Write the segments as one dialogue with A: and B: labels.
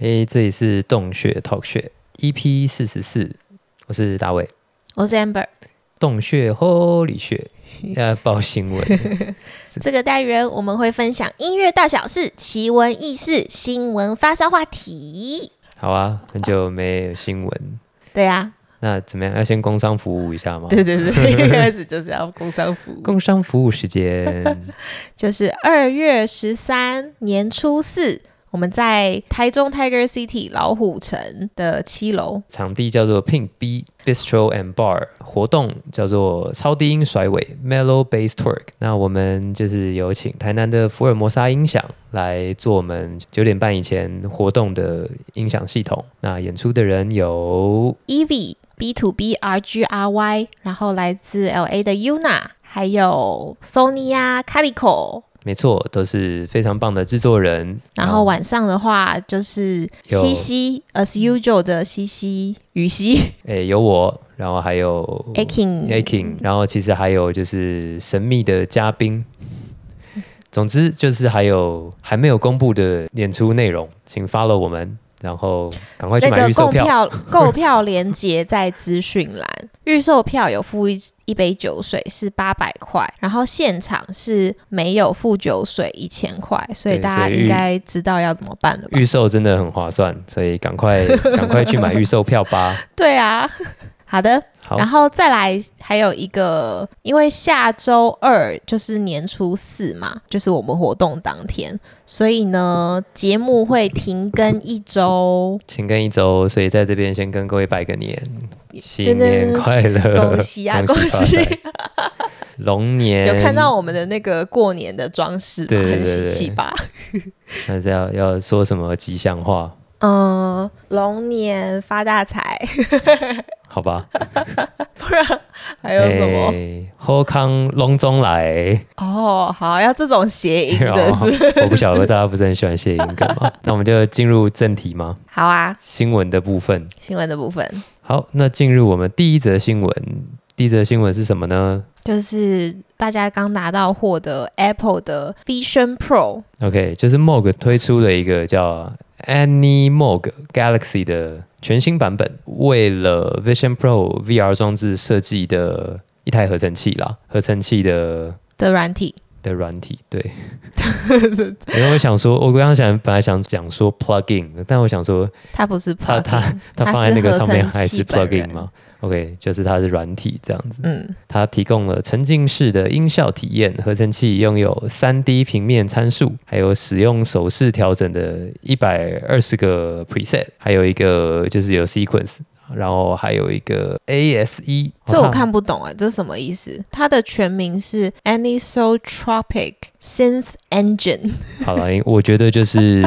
A: 诶，这里是洞穴 Talk 穴 EP 四十四，我是大卫。
B: 我是 Amber。
A: 洞穴 Holy 穴，要报新闻。
B: 这个单元我们会分享音乐大小事、奇闻异事、新闻发烧话题。
A: 好啊，很久没有新闻，
B: 对啊，
A: 那怎么样？要先工商服务一下吗？
B: 对对对，一开始就是要工商服务，
A: 工商服务时间，
B: 就是二月十三年初四。我们在台中 Tiger City 老虎城的七楼，
A: 场地叫做 Pink B Bistro and Bar，活动叫做超低音甩尾 Mellow Bass Twerk。那我们就是有请台南的福尔摩沙音响来做我们九点半以前活动的音响系统。那演出的人有
B: Evie B to，E B R G R Y，然后来自 L A 的 Yuna，还有 Sonia Calico。
A: 没错，都是非常棒的制作人。
B: 然后晚上的话就是
A: 哦有
B: 西西，as usual 的西西雨西
A: 诶、有我，然后还有
B: Akin，
A: Aking，然后其实还有就是神秘的嘉宾。总之就是还有还没有公布的演出内容，请 follow 我们，然后赶快去
B: 那
A: 买
B: 个
A: 预售
B: 购
A: 票。
B: 票 购票链接在资讯栏，预售票有附一一杯酒水是八百块，然后现场是没有付酒水一千块，所以
A: 对
B: 大
A: 所
B: 家
A: 以预
B: 应该知道要怎么办了吧
A: 预？售真的很划算，所以赶 快赶快去买预售票吧。
B: 对啊， 好的，
A: 好。
B: 然，后再来还有一个，因为下周二就是年初四嘛，就是我们活动当天，所以呢节目会停更一周
A: 请跟一周，所以在这边先跟各位拜个年，新
B: 真的
A: 年快乐，
B: 恭喜 啊，恭
A: 恭
B: 喜！
A: 发财龙年
B: 有看到我们的那个过年的装饰吗？
A: 对对对
B: 很喜
A: 对
B: 气吧？
A: 那是要要说什么吉祥话？
B: 嗯，龙年发大财，
A: 好吧，
B: 还有什么？
A: 诶好康隆中来。
B: 哦，好，要这种谐音
A: 然
B: 的
A: 后
B: 是不是
A: 我不晓得大家不是很喜欢谐音梗吗？那我们就进入正题吗？
B: 好啊，
A: 新闻的部分。
B: 新闻的部分
A: 好，那进入我们第一则新闻。第一则新闻是什么呢
B: 就是大家刚拿到货的 Apple 的 Vision Pro，
A: ？OK，就是 Mog 推出了一个叫 Any Mog Galaxy 的全新版本，为了 Vision Pro VR 装置设计的一台合成器啦，合成器的
B: 的软体。
A: 的软体。对，因为我想说，我刚刚想本来想讲说 plugin，但我想说
B: 它不是 p
A: 它
B: l
A: 它它
B: 它
A: 放在那个
B: 嗯是合
A: 上面
B: 成
A: 还
B: 器
A: 是
B: 本
A: plugin
B: 人
A: 吗？OK，就是它是软体这样子，
B: 嗯，
A: 它提供了沉浸式的音效体验，合成器拥有 3D 平面参数，还有使用手势调整的120个 preset，还有一个就是有 sequence，然后还有一个 ASE，
B: 这我
A: 哦
B: 看不懂哎、这是什么意思？它的全名是 Anisotropic Synth Engine，
A: 好了，因为我觉得就是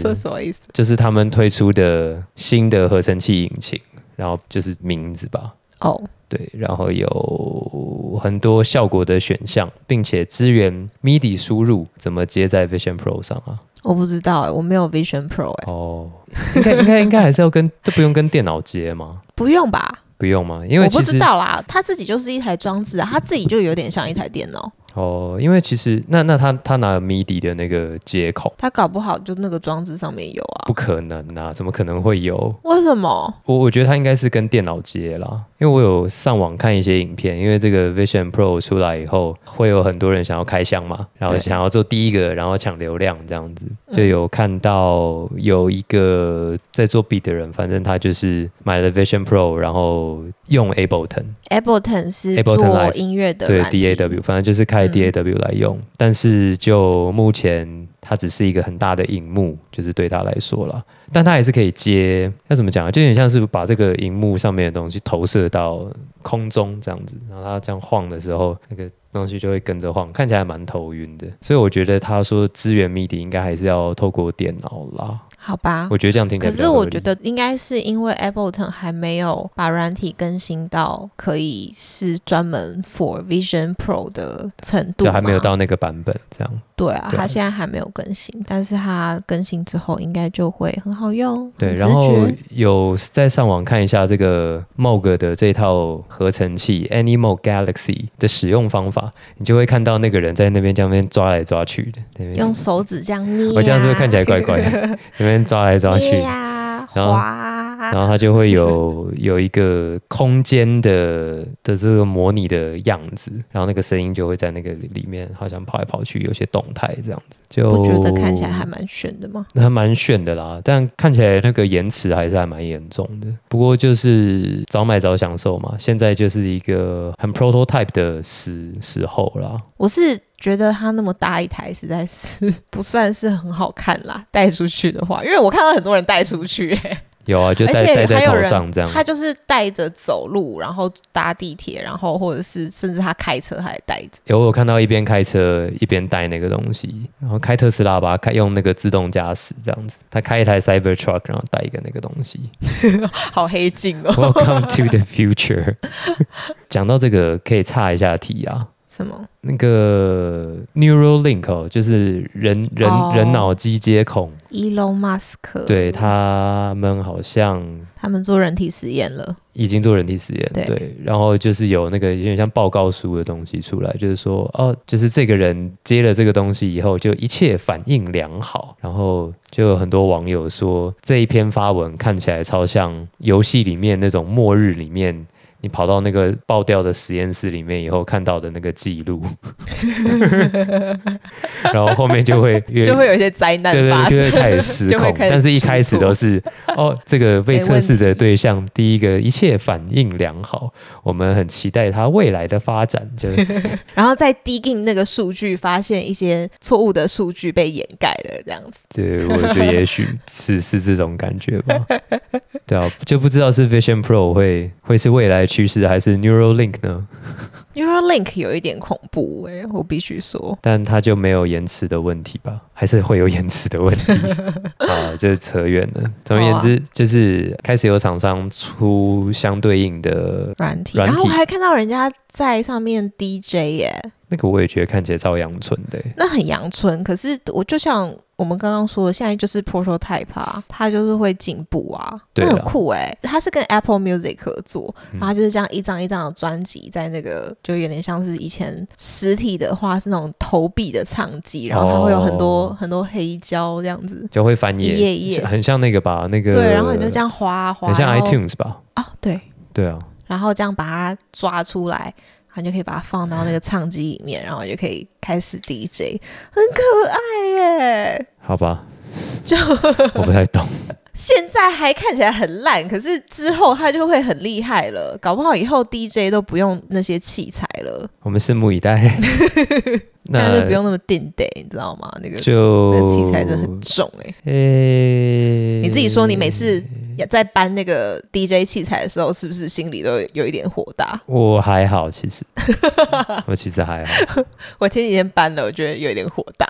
B: 这是什么意思？
A: 就是他们推出的新的合成器引擎，然后就是名字吧，
B: 哦，
A: 对，然后有很多效果的选项，并且支援 MIDI e 输入，怎么接在 Vision Pro 上啊？
B: 我不知道哎、我没有 Vision Pro 哎、
A: 哦，应该应该应该还是要跟，这不用跟电脑接吗？
B: 不用吧？
A: 不用吗？因为
B: 我不
A: 其
B: 知
A: 实
B: 道啦，它自己就是一台装置啊，它自己就有点像一台电脑，
A: 哦，因为其实那那他他哪有 MIDI 的那个接口？
B: 它搞不好就那个装置上面有啊
A: 不。可能啊，怎么可能会有？
B: 为什么？
A: 我我觉得它应该是跟电脑接啦，因为我有上网看一些影片，因为这个 Vision Pro 出来以后，会有很多人想要开箱嘛，然后
B: 对
A: 想要做第一个，然后抢流量这样子，
B: 嗯
A: 就有看到有一个在做 B 的人，反正他就是买了 Vision Pro，然后用 Ableton，
B: Ableton 是
A: Ableton
B: 做
A: Live，
B: 音乐的
A: 对
B: 软体
A: DAW，反正就是开
B: 嗯
A: DAW 来用，但是就目前它只是一个很大的荧幕，就是对他来说啦，但它也是可以接，要怎么讲啊？就有点像是把这个荧幕上面的东西投射到空中这样子，然后它这样晃的时候，那个东西就会跟着晃，看起来蛮头晕的。所以我觉得他说支援 MIDI 应该还是要透过电脑啦，
B: 好吧。
A: 我觉得这样听起来
B: 啊可
A: 比较
B: 是
A: 合理。
B: 我觉得应该是因为 Ableton 还没有把软体更新到可以是专门 for Vision Pro 的程度，
A: 就还没有。到那个版本这样。
B: 对啊，
A: 对啊
B: 它现在还没有更新，但是它更新之后应该就会很好用。
A: 对，
B: 很
A: 然
B: 直
A: 后
B: 觉
A: 有再上网看一下这个 Moog 的这套合成器 Animal Galaxy 的使用方法，你就会看到那个人在那边这样边抓来抓去的，那边
B: 用手指这样捏、啊，
A: 我这样是不是看起来怪怪的？那边边抓来抓去
B: 捏，呀、
A: 然后
B: 滑啊，
A: 然后它就会有 有一个空间的的这个模拟的样子，然后那个声音就会在那个里面好像跑来跑去，有些动态这样子，就
B: 不觉得看起来还蛮炫的吗？
A: 还蛮炫的啦，但看起来那个延迟还是还蛮严重的。不过就是早买早享受嘛，现在就是一个很 prototype 的时时候啦。
B: 我是觉得它那么大一台实在是 不算是很好看啦，带出去的话，因为我看到很多人带出去、欸，
A: 有啊，就
B: 而
A: 戴
B: 且
A: 戴在
B: 还有
A: 头
B: 人
A: 上这样，
B: 他就是带着走路，然后搭地铁，然后或者是甚至他开车还带着，
A: 有我看到一边开车一边带那个东西，然后开特斯拉吧，开用那个自动驾驶这样子，他开一台 Cybertruck，然后带一个那个东 西。
B: 好黑镜 哦。
A: Welcome to the future 。讲到这个，可以岔一下题啊。
B: 什么？
A: 那个 Neuralink 哦，就是人人、
B: 哦
A: 人脑机接孔，
B: Elon Musk，
A: 对他们好像
B: 他们做人体实验了，
A: 已经做人体实验，
B: 对
A: 然后就是有那个有点像报告书的东西出来，就是说哦，就是这个人接了这个东西以后，就一切反应良好，然后就有很多网友说这一篇发文看起来超像游戏里面那种末日里面。你跑到那个爆掉的实验室里面以后看到的那个记录， 然后后面就会越
B: 就会有一些灾难
A: 对
B: 发
A: 对，就
B: 生。
A: 会开始失
B: 就会
A: 控。
B: 开始
A: 但是一
B: 出
A: 开始
B: 错
A: 都 是哦，这个被
B: 没
A: 测
B: 问
A: 试的
B: 题
A: 对象，第一个一切反应良好，我们很期待它未来的发展。 就是
B: 然后在 digging 那个数据，发现一些错误的数据被掩盖了，这样子。
A: 对，我觉得也许是是这种感觉吧。 对啊，就不知道是 Vision Pro 会会是未来趋势，还是 Neuralink 呢？
B: Neuralink 有一点恐怖哎、我必须说。
A: 但它就没有延迟的问题吧？还是会有延迟的问 题啊？这扯远了。总而言之，
B: 啊
A: 就是开始有厂商出相对应的
B: 软体，
A: 软体
B: 然后我还看到人家在上面 DJ 耶、
A: 那个，我也觉得看起来超阳春的欸、
B: 那很阳春。可是我就像我们刚刚说的，现在就是 prototype 啊，它就是会进步啊，
A: 对
B: 那
A: 啦
B: 很酷哎、它是跟 Apple Music 合作，
A: 嗯
B: 然后它就是这样一张一张的专辑，在那个就有点像是以前实体的话是那种投币的唱机，然后它会有很多、
A: 哦
B: 很多黑胶这样子。
A: 就会翻页，
B: 一页一页
A: 很像那个吧，那个
B: 对，然后你就这样滑啊滑，
A: 很像
B: 然后
A: iTunes 吧？
B: 啊、对，
A: 对啊，
B: 然后这样把它抓出来，然后你就可以把它放到那个唱机里面，然后你就可以开始 DJ，很可爱耶。
A: 好吧，
B: 就
A: 我不太懂。
B: 现在还看起来很烂，可是之后它就会很厉害了，搞不好以后 DJ 都不用那些器材了，
A: 我们拭目以待。
B: 这样就不
A: 那哦
B: 用那么定得，你知道吗？那个
A: 就
B: 那器材真的很重哎、
A: 诶
B: 你自己说，你每次也在搬那个 DJ 器材的时候，是不是心里都有一点火大？
A: 我还好，其实 我其实还好。
B: 我前几天搬了，我觉得有一点火大。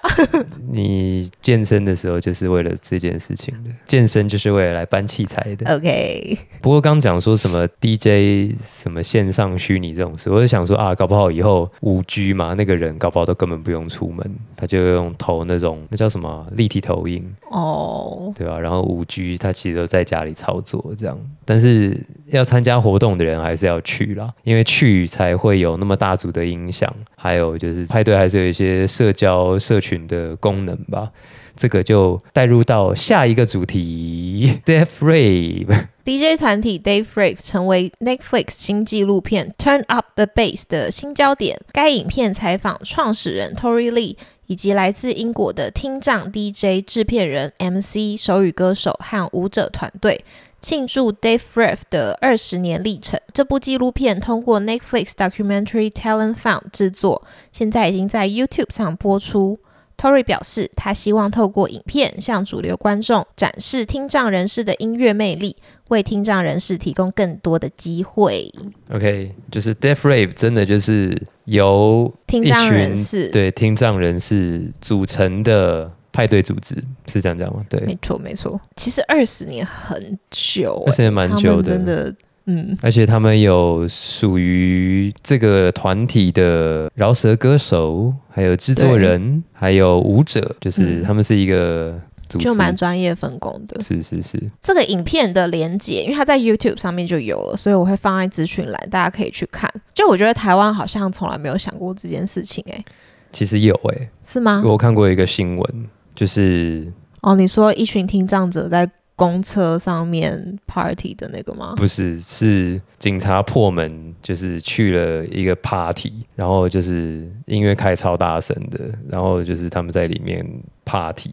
A: 你健身的时候就是为了这件事情的，健身就是为了来搬器材的。
B: OK，
A: 不过刚讲说什么 DJ 什么线上虚拟这种事，我就想说啊，搞不好以后五 G 嘛，那个人搞不好都根本不用出门，他就用投那种那叫什么啊立体投影，
B: 哦，
A: 对吧、然后五 G 他其实都在家里操作这样，但是要参加活动的人还是要去啦，因为去才会有那么大组的音响，还有就是派对还是有一些社交社群的功能吧。这个就带入到下一个主题，Death Ray。
B: DJ 团体 Dave Rave 成为 Netflix 新纪录片《Turn Up the Bass》的新焦点。该影片采访创始人 Tory Lee 以及来自英国的听障 DJ、制片人、MC、手语歌手和舞者团队。庆祝 Dave Rave 的二十年历程。这部纪录片通过 Netflix Documentary Talent Fund 制作，现在已经在 YouTube 上播出。Tory 表示，他希望透过影片向主流观众展示听障人士的音乐魅力，为听障人士提供更多的机会。
A: OK，就是 Death Rave 真的就是由
B: 听
A: 一
B: 障
A: 群
B: 人士，
A: 对听障人士组成的派对组织，是这样讲吗？对，
B: 没错没错。其实二十年很久、
A: 而
B: 欸，
A: 且蛮久
B: 他们真
A: 的。
B: 的，嗯，
A: 而且他们有属于这个团体的饶舌歌手，还有制作人，还有舞者，就是
B: 嗯
A: 他们是一个组织，
B: 就蛮专业分工的。
A: 是是是，
B: 这个影片的连接，因为它在 YouTube 上面就有了，所以我会放在资讯栏，大家可以去看。就我觉得台湾好像从来没有想过这件事情、欸，哎，
A: 其实有诶、
B: 是吗？
A: 我看过一个新闻，就是
B: 哦，你说一群听障者在公车上面 party 的那个吗？
A: 不是，是警察破门，就是去了一个 party，然后就是音乐开超大声的，然后就是他们在里面 party，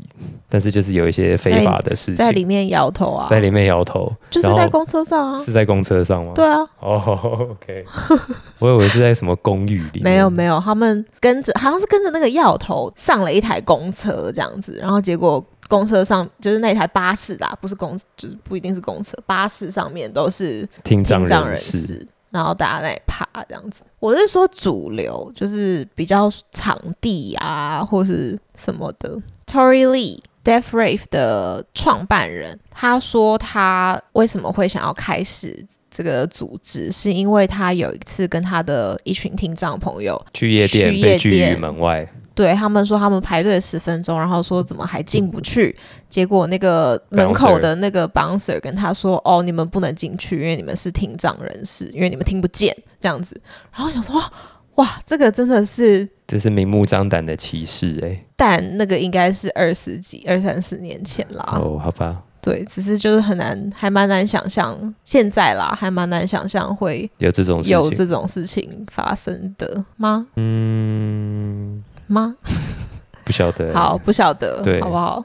A: 但是就是有一些非法的事情，
B: 在里面摇头啊，
A: 在里面摇头，
B: 就是
A: 然
B: 在
A: 后
B: 公车上啊
A: 是。在公车上吗？
B: 对啊，
A: 哦、o k 我以为是在什么公寓里面，
B: 没有没有，他们跟着好像是跟着那个药头上了一台公车这样子，然后结果公车上就是那台巴士啦，不是公就是不一定是公车，巴士上面都是
A: 听
B: 听
A: 障
B: 障人
A: 士，
B: 士，然后大家在爬这样子。我是说主流，就是比较场地啊，或是什么的。Tory Lee。Deaf Rave 的创办人，他说他为什么会想要开始这个组织，是因为他有一次跟他的一群听障朋友
A: 去夜店
B: 去夜
A: 被拒于
B: 店
A: 门外，
B: 对他们说他们排队十分钟，然后说怎么还进不去，结果那个门口的那个 bouncer 跟他说：“哦，你们不能进去，因为你们是听障人士，因为你们听不见这样子。”然后我想说哇哇，这个真的是，
A: 这是明目张胆的歧视、哎
B: 但那个应该是二十几、二三十年前啦。
A: 哎、哦，好吧，
B: 对，只是就是很难，还蛮难想象现在啦，还蛮难想象会
A: 有这种事
B: 有
A: 情，
B: 这种事情发生的吗？
A: 嗯，
B: 吗？
A: 不晓得，
B: 好，，不晓得，
A: 对
B: 好不好？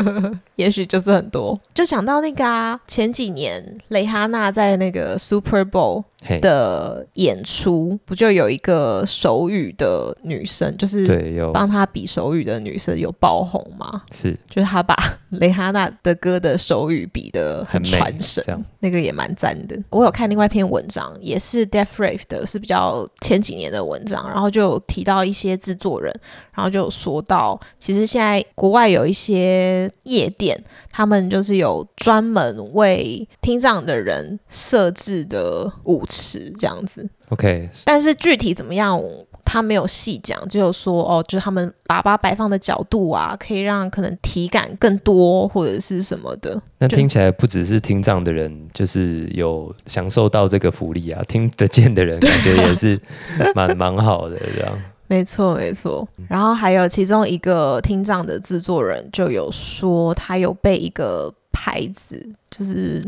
B: 也许就是很多，就想到那个啊，前几年蕾哈娜在那个 Super Bowl
A: 嘿，
B: 的演出，不就有一个手语的女生，就是
A: 对，有
B: 帮她比手语的女生有爆红吗？
A: 是
B: 就是她把蕾哈娜的歌的手语比的
A: 很美
B: 传神，
A: 这样，
B: 那个也蛮赞的。我有看另外一篇文章，也是 Death Rave 的，是比较前几年的文章，然后就有提到一些制作人，然后就有说到，其实现在国外有一些夜店，他们就是有专门为听障的人设置的舞池这样子，
A: OK，
B: 但是具体怎么样，他没有细讲，只有说哦，就是他们喇叭摆放的角度啊，可以让可能体感更多或者是什么的。
A: 那
B: 就
A: 听起来不只是听障的人，就是有享受到这个福利啊， 听得见的人感觉也是蛮蛮好的这样。
B: 没错，没错。
A: 嗯
B: 然后还有其中一个听障的制作人就有说，他有被一个牌子，就是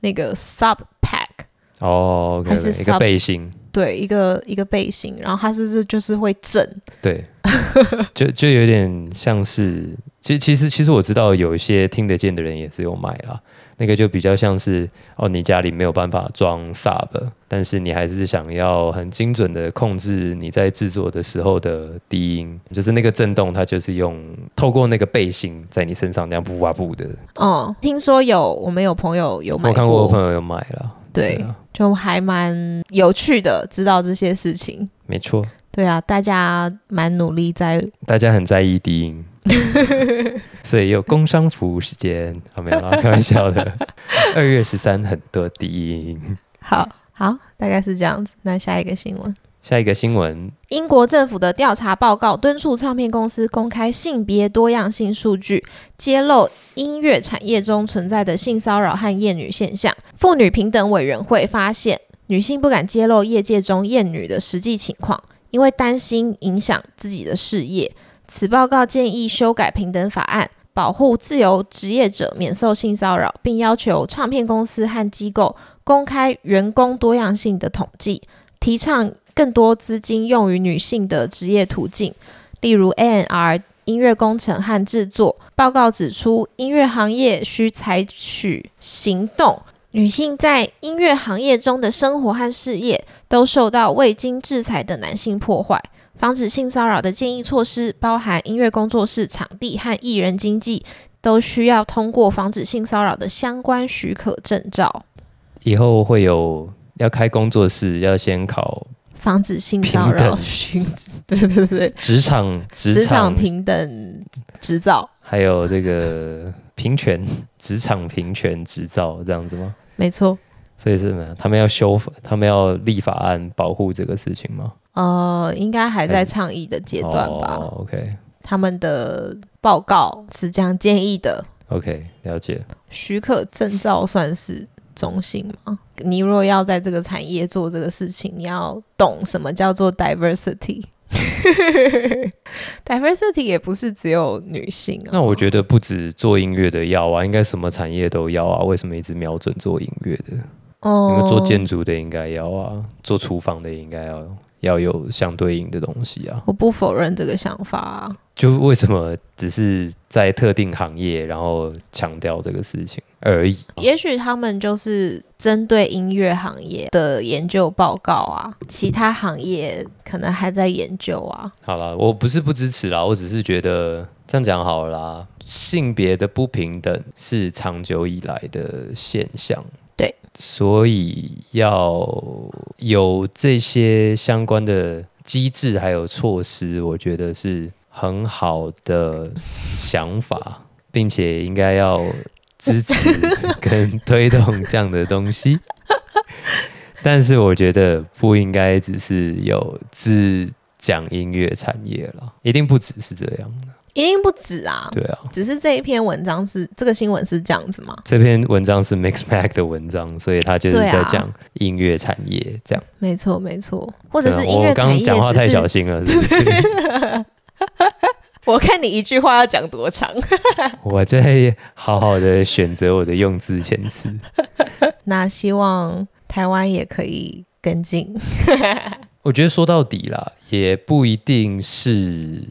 B: 那个 Sub Pack，
A: 哦，OK，,
B: 还是
A: OK，一个
B: sub-
A: 背心，
B: 对，一个一个背心，然后他是不是就是会震？
A: 对， 就就有点像是，其实其实其实我知道有一些听得见的人也是有买啦，那个就比较像是哦，你家里没有办法装 sub，但是你还是想要很精准的控制你在制作的时候的低音，就是那个震动，它就是用透过那个背心在你身上那样布啊布的。
B: 嗯，听说有，我们有朋友有买
A: 我看过我朋友有买了，
B: 对，
A: 啊
B: 就还蛮有趣的，知道这些事情。
A: 没错，
B: 对啊，大家蛮努力在
A: 大家很在意低 音。所以有工商服务时间，好、没有 啦，开玩笑的。二月十三很多低音。
B: 好好，大概是这样子。那下一个新闻。
A: 下一个新闻，
B: 英国政府的调查报告敦促唱片公司公开性别多样性数据，揭露音乐产业中存在的性骚扰和厌女现象。妇女平等委员会发现，女性不敢揭露业界中厌女的实际情况，因为担心影响自己的事业。此报告建议修改平等法案，保护自由职业者免受性骚扰，并要求唱片公司和机构公开员工多样性的统计。提倡更多资金用于女性的职业途径，例如 A&R、音乐工程和制作。报告指出，音乐行业需采取行动。女性在音乐行业中的生活和事业都受到未经制裁的男性破坏。防止性骚扰的建议措施包含音乐工作室、场地和艺人经济，都需要通过防止性骚扰的相关许可证照。
A: 以后会有要开工作室，要先考
B: 防止性骚
A: 平
B: 扰
A: 等
B: 寻， 对对对，
A: 职场、职
B: 职
A: 场，
B: 场平等执照，
A: 还有这个平权、职场平权执照这样子吗？
B: 没错。
A: 所以是什么呀？他们要修法，他们要立法案保护这个事情吗？
B: 呃，应该还在倡议的阶段吧。
A: 哎哦，OK，OK，、
B: 他们的报告是这样建议的：
A: 了解。
B: 许可证照算是中性吗？你如果要在这个产业做这个事情，你要懂什么叫做 diversity。 diversity 也不是只有女性啊。
A: 那我觉得不止做音乐的要啊，应该什么产业都要啊。为什么一直瞄准做音乐的？
B: 得，
A: 你
B: 哦
A: 们做建筑的应该要啊，做厨房的也应该要要有相对应的东西啊。
B: 我不否认这个想法、啊。
A: 就为什么只是在特定行业，然后强调这个事情而已？啊
B: 也许他们就是针对音乐行业的研究报告啊，其他行业可能还在研究啊。
A: 好啦，我不是不支持啦，我只是觉得这样讲好了啦。性别的不平等是长久以来的现象，
B: 对，
A: 所以要有这些相关的机制还有措施，我觉得是很好的想法， 并且应该要支持跟推动这样的东西。但是我觉得不应该只是有只讲音乐产业了，一定不只是这样。
B: 一定不止啊，
A: 对啊，
B: 只是这一篇文章是这个新闻是这样子吗？
A: 这篇文章是 Mix Mac 的文章，所以他就是
B: 对啊
A: 在讲音乐产业这样。
B: 没错，没错，啊或
A: 或
B: 者是音乐
A: 啊我刚
B: 产
A: 刚
B: 业
A: 讲话太
B: 只
A: 小
B: 是。
A: 心了，是不是？
B: 我看你一句话要讲多长。
A: 我在好好的选择我的用字遣词。
B: 那希望台湾也可以跟进。
A: 我觉得说到底啦，也不一定是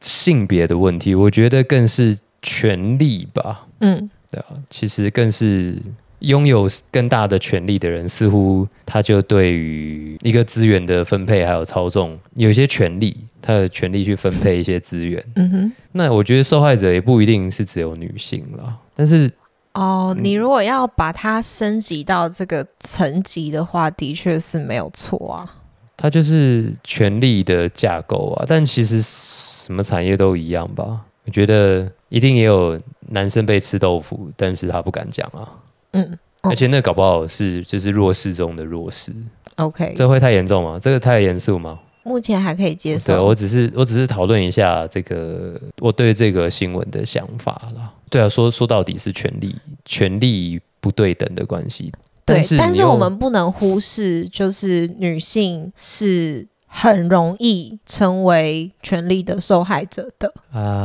A: 性别的问题，我觉得更是权利吧。
B: 嗯，
A: 啊其实更是拥有更大的权利的人，似乎他就对于一个资源的分配还有操纵，有一些权利，他的权利去分配一些资源。
B: 嗯哼。
A: 那我觉得受害者也不一定是只有女性啦，但是
B: 哦，
A: 嗯
B: 你如果要把它升级到这个层级的话，的确是没有错啊。
A: 它就是权力的架构啊。但其实什么产业都一样吧，我觉得一定也有男生被吃豆腐，但是他不敢讲啊。
B: 嗯哦
A: 而且那搞不好是就是弱势中的弱势，
B: ，OK，
A: 这会太严重吗？这个太严肃吗？
B: 目前还可以接
A: 对，
B: 受。
A: 我只是我只是讨论一下这个我对这个新闻的想法啦。对啊，说说到底是权利权利不对等的关系。
B: 对
A: 但是，
B: 但
A: 你
B: 是
A: 又
B: 我们不能忽视，就是女性是很容易成为权力的受害者的。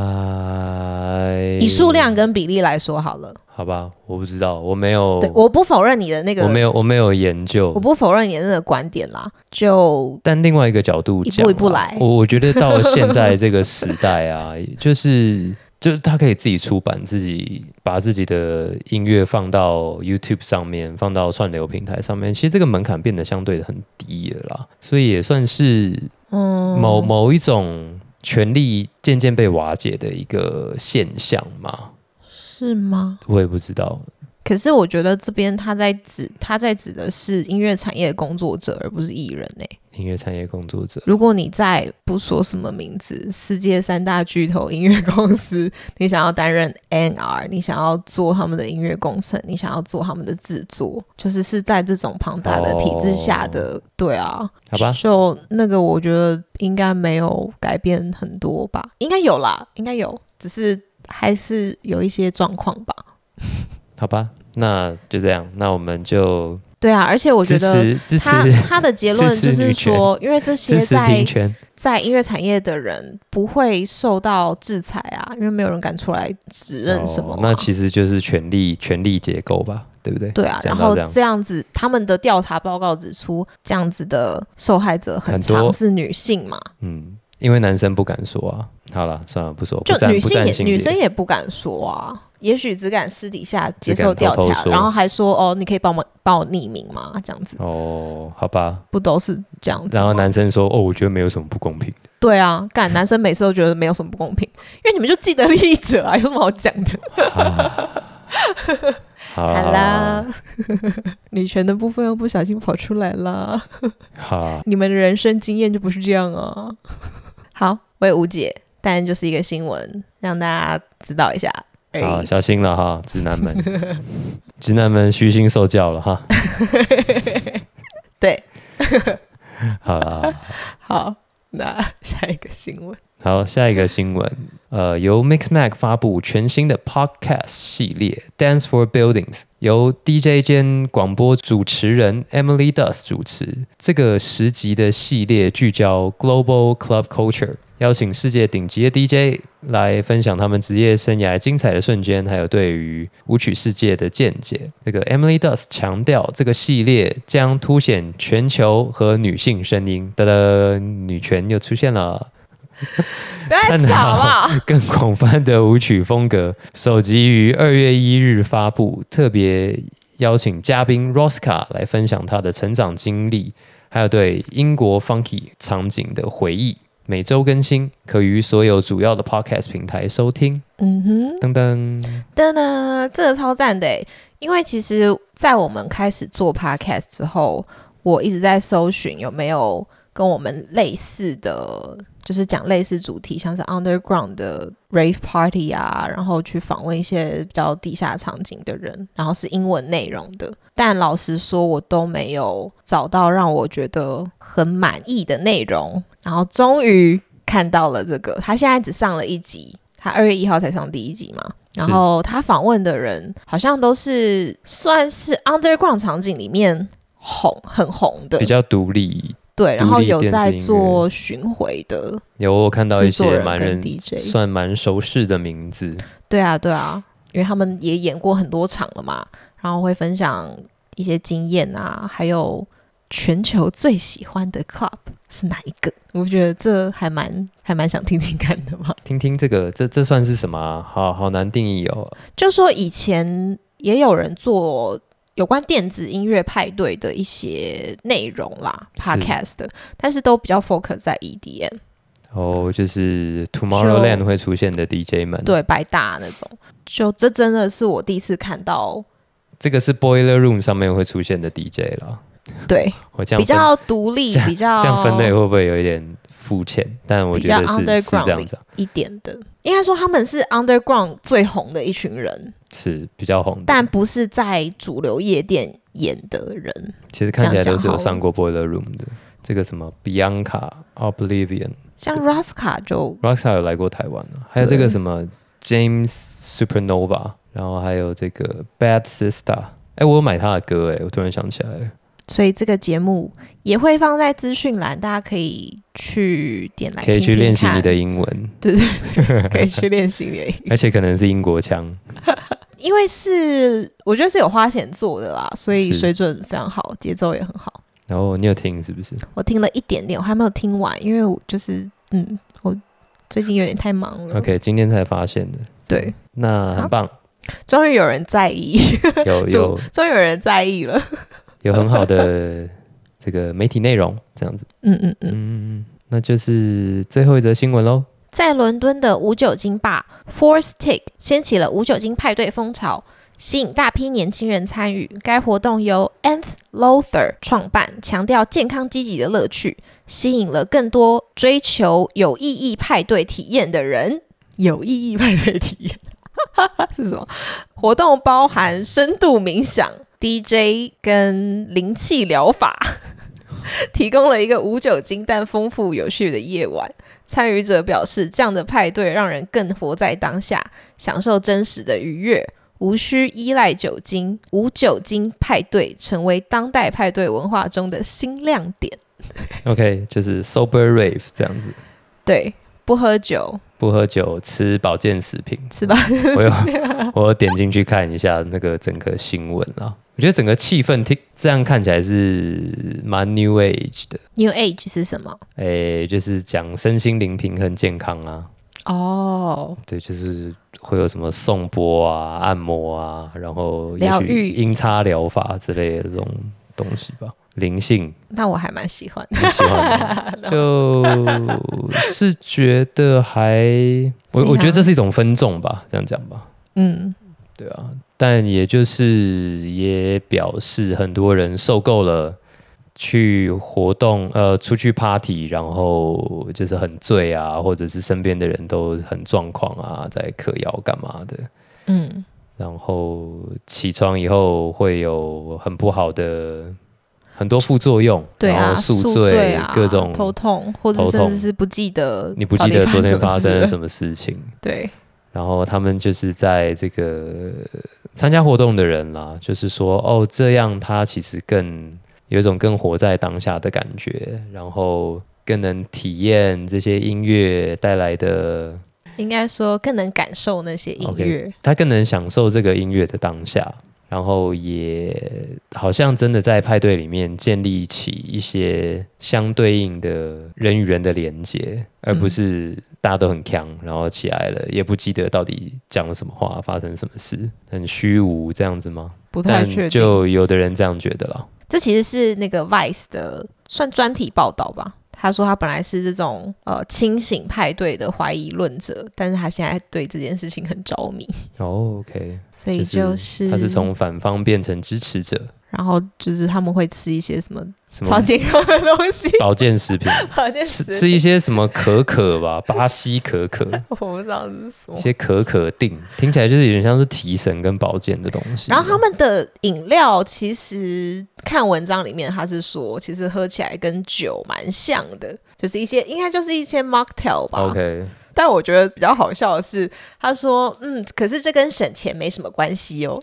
A: 啊，
B: 以数量跟比例来说好了，
A: 好吧，我不知道，我没有，
B: 对，我不否认你的那个，
A: 哦我没有我没有研究
B: 我。不否认你的那个观点啦，就
A: 但另外一个角度
B: 一
A: 讲啦，
B: 步一步来
A: 我我觉得到了现在这个时代啊， 就是就是他可以自己出版，自己把自己的音乐放到 YouTube 上面，放到串流平台上面。其实这个门槛变得相对的很低了啦，所以也算是
B: 嗯，
A: 某某一种权力渐渐被瓦解的一个现象嘛。
B: 是吗？
A: 我也不知道，
B: 可是我觉得这边他在指他在指的是音乐产业的工作者，而不是艺人欸呢、
A: 音乐产业工作者
B: 如果你在不说什么名字，世界三大巨头音乐公司， 你想要担任 NR，你想要做他们的音乐工程，你想要做他们的制作，就是是在这种庞大的体制下的，对啊，
A: 哦好吧
B: 就那个我觉得应该没有改变很多吧，应该有啦，应该有，只是还是有一些状况吧。
A: 好吧，那就这样，那我们就
B: 对啊，而且我觉
A: 支
B: 得
A: 持 支持
B: 他他的结论就
A: 支持
B: 是
A: 女权
B: 说，因为这些
A: 支持
B: 在
A: 平权。
B: 在音乐产业的人不会受到制裁啊，因为没有人敢出来指认什么啊、
A: 哦那其实就是权力权力结构吧，对不对？
B: 对啊，
A: 讲
B: 然
A: 到
B: 后
A: 这样
B: 这样子，他们的调查报告指出，这样子的受害者很
A: 很多
B: 常是女性嘛，
A: 嗯，因为男生不敢说啊。好了，算了，不说，
B: 就
A: 不占
B: 女
A: 不
B: 性
A: 占
B: 也
A: 性别
B: 女生也不敢说啊，也许只敢私底下接
A: 只
B: 受
A: 敢
B: 调
A: 偷偷
B: 查，
A: 说
B: 然后还说哦，你可以帮我帮我匿名吗？这样子
A: 哦，好吧。
B: 不都是这样子
A: 然
B: 吗？
A: 后男生说：“哦，我觉得没有什么不公平 的。
B: 对啊，干男生每次都觉得没有什么不公平，因为你们就既得利益者啊，有什么好讲的？
A: 啊好
B: 好啦
A: 啦，，
B: 女权的部分又不小心跑出来啦。
A: 好，
B: 你们的人生经验就不是这样啊。 好，我也无解，但就是一个新闻，让大家知道一下而
A: 好，
B: 已。
A: 小心了哈，直男们， 直男们虚心受教了哈。
B: 对，
A: 好啦，
B: 好，那下一个新闻。
A: 好，下一个新闻，呃，由 Mixmag 发布全新的 Podcast 系列《Dance for Buildings》，由 DJ 兼广播主持人 Emily Dust 主持。这个十集的系列聚焦 Global Club Culture，邀请世界顶级的 DJ 来分享他们职业生涯精彩的瞬间，还有对于舞曲世界的见解。这个 Emily Dust 强调，这个系列将凸显全球和女性声音。哒哒，女权又出现了。
B: 不要再
A: 探讨
B: 吵好不 好？
A: 更广泛的舞曲风格。首集于二月一日发布，特别邀请嘉宾 Rosca 来分享他的成长经历，还有对英国 Funky 场景的回忆。每周更新，可于所有主要的 Podcast 平台收听。
B: 嗯哼，
A: 噔噔，
B: 噔噔，这个超赞的欸！因为其实，在我们开始做 podcast 之后，我一直在搜寻有没有跟我们类似的，就是讲类似主题，像是 underground 的 rave party 啊，然后去访问一些比较地下场景的人，然后是英文内容的。但老实说，我都没有找到让我觉得很满意的内容。然后终于看到了这个，他现在只上了一集，他二月一号才上第一集嘛。
A: 是
B: 然后他访问的人好像都是算是 underground 场景里面红很红的
A: 比，较独立，
B: 对，然后有在
A: 独立电视音乐
B: 做巡回的，
A: 有我看到一
B: 制作
A: 些
B: 人
A: 蛮
B: 跟
A: 认
B: DJ
A: 算蛮熟识的名字。
B: 对啊，对啊，因为他们也演过很多场了嘛，然后会分享一些经验啊，还有全球最喜欢的 club 是哪一个？我觉得这还蛮还蛮想听听看的嘛。
A: 听听这个，这这算是什么啊、好好难定义哦。
B: 就说以前也有人做有关电子音乐派对的一些内容啦
A: 是
B: ，podcast 的，但是都比较 focus 在 E EDM。
A: 哦，就是 Tomorrowland 会出现的 DJ 们。
B: 对白大那种。就这真的是我第一次看到，
A: 这个是 Boiler Room 上面会出现的 DJ 啦。
B: 对
A: 我这样
B: 比
A: 分
B: 较哦独立，比较
A: 这样分类会不会有一点肤浅？但我
B: 比
A: 觉
B: 较
A: 得是是这
B: underground
A: 样子，啊
B: 一点的。应该说他们是 underground 最红的一群人，
A: 是比较红的。
B: 但不是在主流夜店演的人。
A: 其实看起来都是有
B: 这样讲好了
A: 上过 Boiler Room 的。这个什么 Bianca Oblivion
B: 像 Raska 就
A: r o x a 有来过台湾啊，还有这
B: 对
A: 个什么 James Supernova，然后还有这个 Bad Sister。哎，我有买他的歌哎、我突然想起来了，
B: 所以这个节目也会放在资讯栏，大家可以去点来
A: 可以
B: 听
A: 去
B: 听
A: 练习
B: 看
A: 你的，英文，
B: 可以去练习你的
A: 而且可能是英国腔。
B: 因为是我觉得是有花钱做的啦，所以
A: 是
B: 水准非常好，节奏也很好。
A: 然后你有听是不是？
B: 我听了一点点，我还没有听完，因为我就是嗯，我最近有点太忙了。
A: OK，今天才发现的，
B: 对，
A: 那
B: 好
A: 很棒，
B: 终于有人在意，
A: 有
B: 祝
A: 有
B: 终于有人在意了。
A: 有很好的这个媒体内容，这样子，
B: 嗯嗯嗯。
A: 嗯，那就是最后一则新闻喽。
B: 在伦敦的无酒精吧 Four Stick 掀起了无酒精派对风潮，吸引大批年轻人参与。该活动由 Anth Lothar 创办，强调健康积极的乐趣，吸引了更多追求有意义派对体验的人。有意义派对体验 是什么？活动包含深度冥想、DJ 跟灵气疗法， 提供了一个无酒精但丰富有趣的夜晚。参与者表示，这样的派对让人更活在当下，享受真实的愉悦，无需依赖酒精。无酒精派对成为当代派对文化中的新亮点。
A: OK，就是 sober rave 这样子，
B: 对，不喝酒，
A: 不喝酒，吃保健食品。
B: 是吧？
A: 我有 我有点进去看一下那个整个新闻啊，我觉得整个气氛听这样看起来是蛮 new age 的，
B: New Age 是什么？
A: 诶、就是讲身心灵平衡健康啊，
B: 哦、
A: 对，就是会有什么颂钵啊、按摩啊，然后也
B: 疗
A: 许
B: 愈
A: 音叉疗法之类的这种东西吧。灵性
B: 那我还蛮喜欢的。
A: 你喜欢吗？就是觉得还我
B: 怎
A: 我觉得
B: 样
A: 这是一种分众吧，这样讲吧，
B: 嗯，
A: 对啊。但也就是也表示很多人受够了去活动，呃，出去 party，然后就是很醉啊，或者是身边的人都很状况啊，在嗑药干嘛的。
B: 嗯，
A: 然后起床以后会有很不好的很多副作用，
B: 对
A: 然
B: 啊，
A: 后宿
B: 宿
A: 醉、
B: 醉啊，
A: 各种
B: 头痛，或者
A: 头
B: 甚
A: 痛
B: 至是不记得
A: 你不
B: 到
A: 记
B: 底
A: 得昨天
B: 什么
A: 发
B: 事
A: 生了
B: 了
A: 什么事情。
B: 对，
A: 然后他们就是在这个呃参加活动的人啦，就是说哦，这样他其实更有一种更活在当下的感觉，然后更能体验这些音乐带来的，
B: 应该说更能感受那些音
A: OK
B: 乐。
A: 他更能享受这个音乐的当下，然后也好像真的在派对里面建立起一些相对应的人与人的连接，而不
B: 嗯
A: 是大家都很强，然后起来了也不记得到底讲了什么话，发生什么事，很虚无这样子吗？
B: 不太
A: 但
B: 确定。
A: 就有的人这样觉得了。
B: 这其实是那个 Vice 的算专题报道吧。他说他本来是这种呃清醒派对的怀疑论者，但是他现在对这件事情很 着迷，
A: 哦，OK，
B: 所以就
A: 就是他是从反方变成支持者，
B: 然后就是他们会吃一些什么
A: 什
B: 超
A: 么
B: 健康的东西，
A: 保健食品，
B: 好像
A: 吃
B: 是
A: 吃一些什么可可吧，巴西可可。
B: 我不知道是什么
A: 一。些可可定，听起来就是有点像是提神跟保健的东西。
B: 然后他们的饮料，其实看文章里面他是说，其实喝起来跟酒蛮像的，就是一些应该就是一些 mocktail 吧。
A: OK，
B: 但我觉得比较好笑的是，他说：“嗯，可是这跟省钱没什么关系哦。。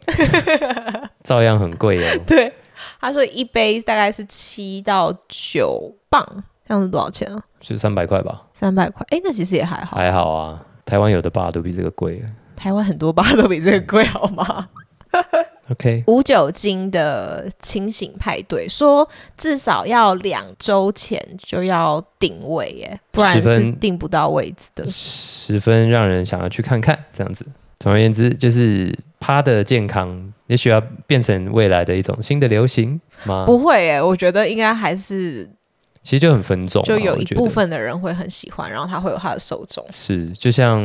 A: 照样很贵哦
B: 对，他说一杯大概是七到九磅，这样是多少钱啊？
A: 就三百块吧，
B: 三百块。哎，那其实也还好。
A: 还好啊。台湾有的吧都比这个贵。
B: 台湾很多吧都比这个贵，好吗？
A: OK，
B: 无酒精的清醒派对，说至少要两周前就要定位耶，不然
A: 十
B: 是
A: 分
B: 定不到位置的。
A: 十分让人想要去看看这样子。总而言之，就是趴的健康，也许要变成未来的一种新的流行吗？
B: 不会耶，我觉得应该还是
A: 其实就很分众啊，
B: 就有
A: 我
B: 一
A: 觉
B: 部
A: 得
B: 分的人会很喜欢，然后他会有他的受众。
A: 是，就像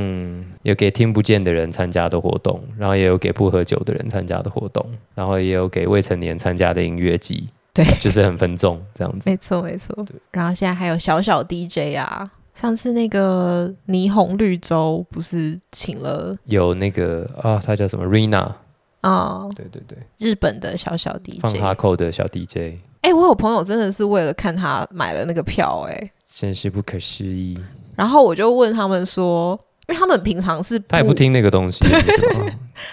A: 有给听不见的人参加的活动，然后也有给不喝酒的人参加的活动，然后也有给未成年参加的音乐季，
B: 对
A: 就是很分众这样 子。
B: 没错，没错。然后现在还有小小 DJ 啊，上次那个霓虹绿洲不是请了
A: 有那个啊，他叫什么 Rina，
B: 啊、嗯
A: 对对对，
B: 日本的小小
A: 放
B: DJ？
A: 哈扣的小 DJ，
B: 哎、我有朋友真的是为了看他买了那个票、哎，
A: 真是不可思议。
B: 然后我就问他们说，因为他们平常是
A: 他也不，听那个东西，是吗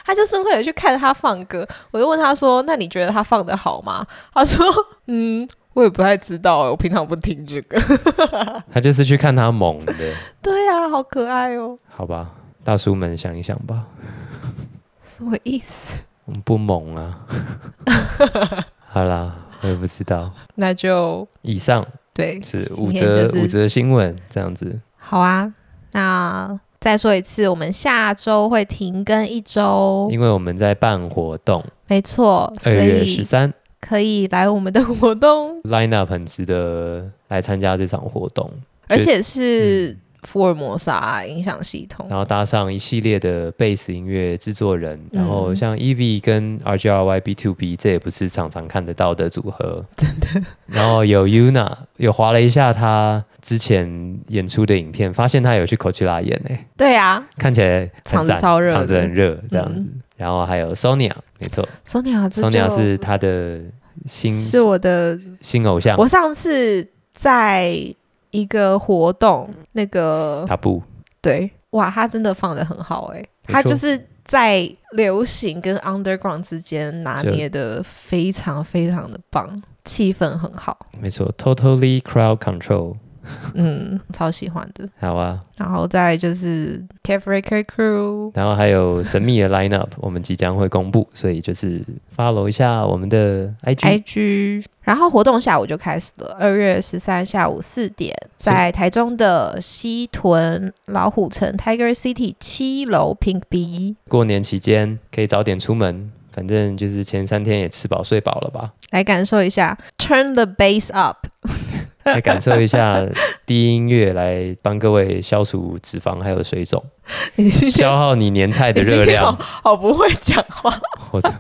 B: 他就是为了去看他放歌。我就问他说，那你觉得他放的好吗？他说，嗯。我也不太知道、哎我平常不听这个。
A: 他就是去看他猛的，
B: 对啊，好可爱哦、
A: 好吧？大叔们想一想吧，
B: 什么意思？
A: 我们不猛 啊。好啦，我也不知道。
B: 那就
A: 以上
B: 对，
A: 是
B: 今
A: 五
B: 天
A: 则
B: 就是
A: 五则新闻这样子。
B: 好啊，那再说一次，我们下周会停更一周，
A: 因为我们在办活动，
B: 没错，哦所
A: 二月
B: 以
A: 十三
B: 可以来我们的活动，
A: line up 很值得来参加这场活动，
B: 而且
A: 嗯
B: 是福尔摩沙影响系统，
A: 然后搭上一系列的贝斯音乐制作人，
B: 嗯
A: 然后像 EV 跟 RGRY B Two B，这也不是常常看得到的组合，真的。然后有 Yuna，有划了一下他之前演出的影片，发现他有去 Coachella 演诶、
B: 对啊
A: 看起来
B: 场
A: 很
B: 子
A: 赞
B: 超热的
A: 场子很热这样子。然后还有 Sonia，没错
B: ，Sonia，这
A: ，Sonia
B: 就是
A: 他的新
B: 是我的，
A: 新偶像
B: 我上次在一个活动，那个
A: t a b
B: 对，哇，他真的放的很好哎、他
A: 错
B: 就是在流行跟 underground 之间拿
A: 就
B: 捏的非常非常的棒，气氛很 好，
A: 没错，totally crowd control。
B: 嗯，超喜欢的。
A: 好啊，
B: 然后再来就是 c a f e r e c r Crew，
A: 然后还有神秘的 lineup，我 们即将会公布，所以就是 follow 一下我们的 IG，
B: IG，然后活动下午就开始了，二月十三下午四点，在台中的西屯老虎城 Tiger City 七楼 Pink B
A: 过年期间可以早点出门，反正就是前三天也吃饱睡饱了吧，
B: 来感受一下 Turn the Bass Up，
A: 来感受一下低音乐，来帮各位消除脂肪还有水 肿，
B: 你是 觉得
A: 消耗你年菜的热
B: 你今天
A: 量
B: 好。好哦不会讲话。
A: 我的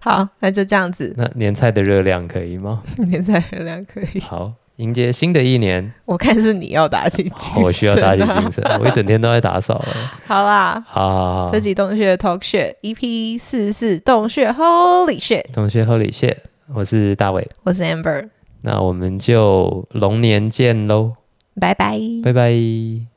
B: 好，那就这样子，
A: 那年菜的热量可以吗？
B: 年菜热量可以。
A: 好，迎接新的一年，
B: 我看是你要打起 精神、啊
A: 哦我需要打起精。神，我一整天都在打扫了。
B: 好啦，
A: 好好好好
B: 这，集洞穴 Talk Shit EP 四四洞穴 Holy Shit，
A: 同学贺礼谢，我是大伟，
B: 我是 Amber，
A: 那我们就龙年见喽，
B: 拜拜。
A: 拜拜。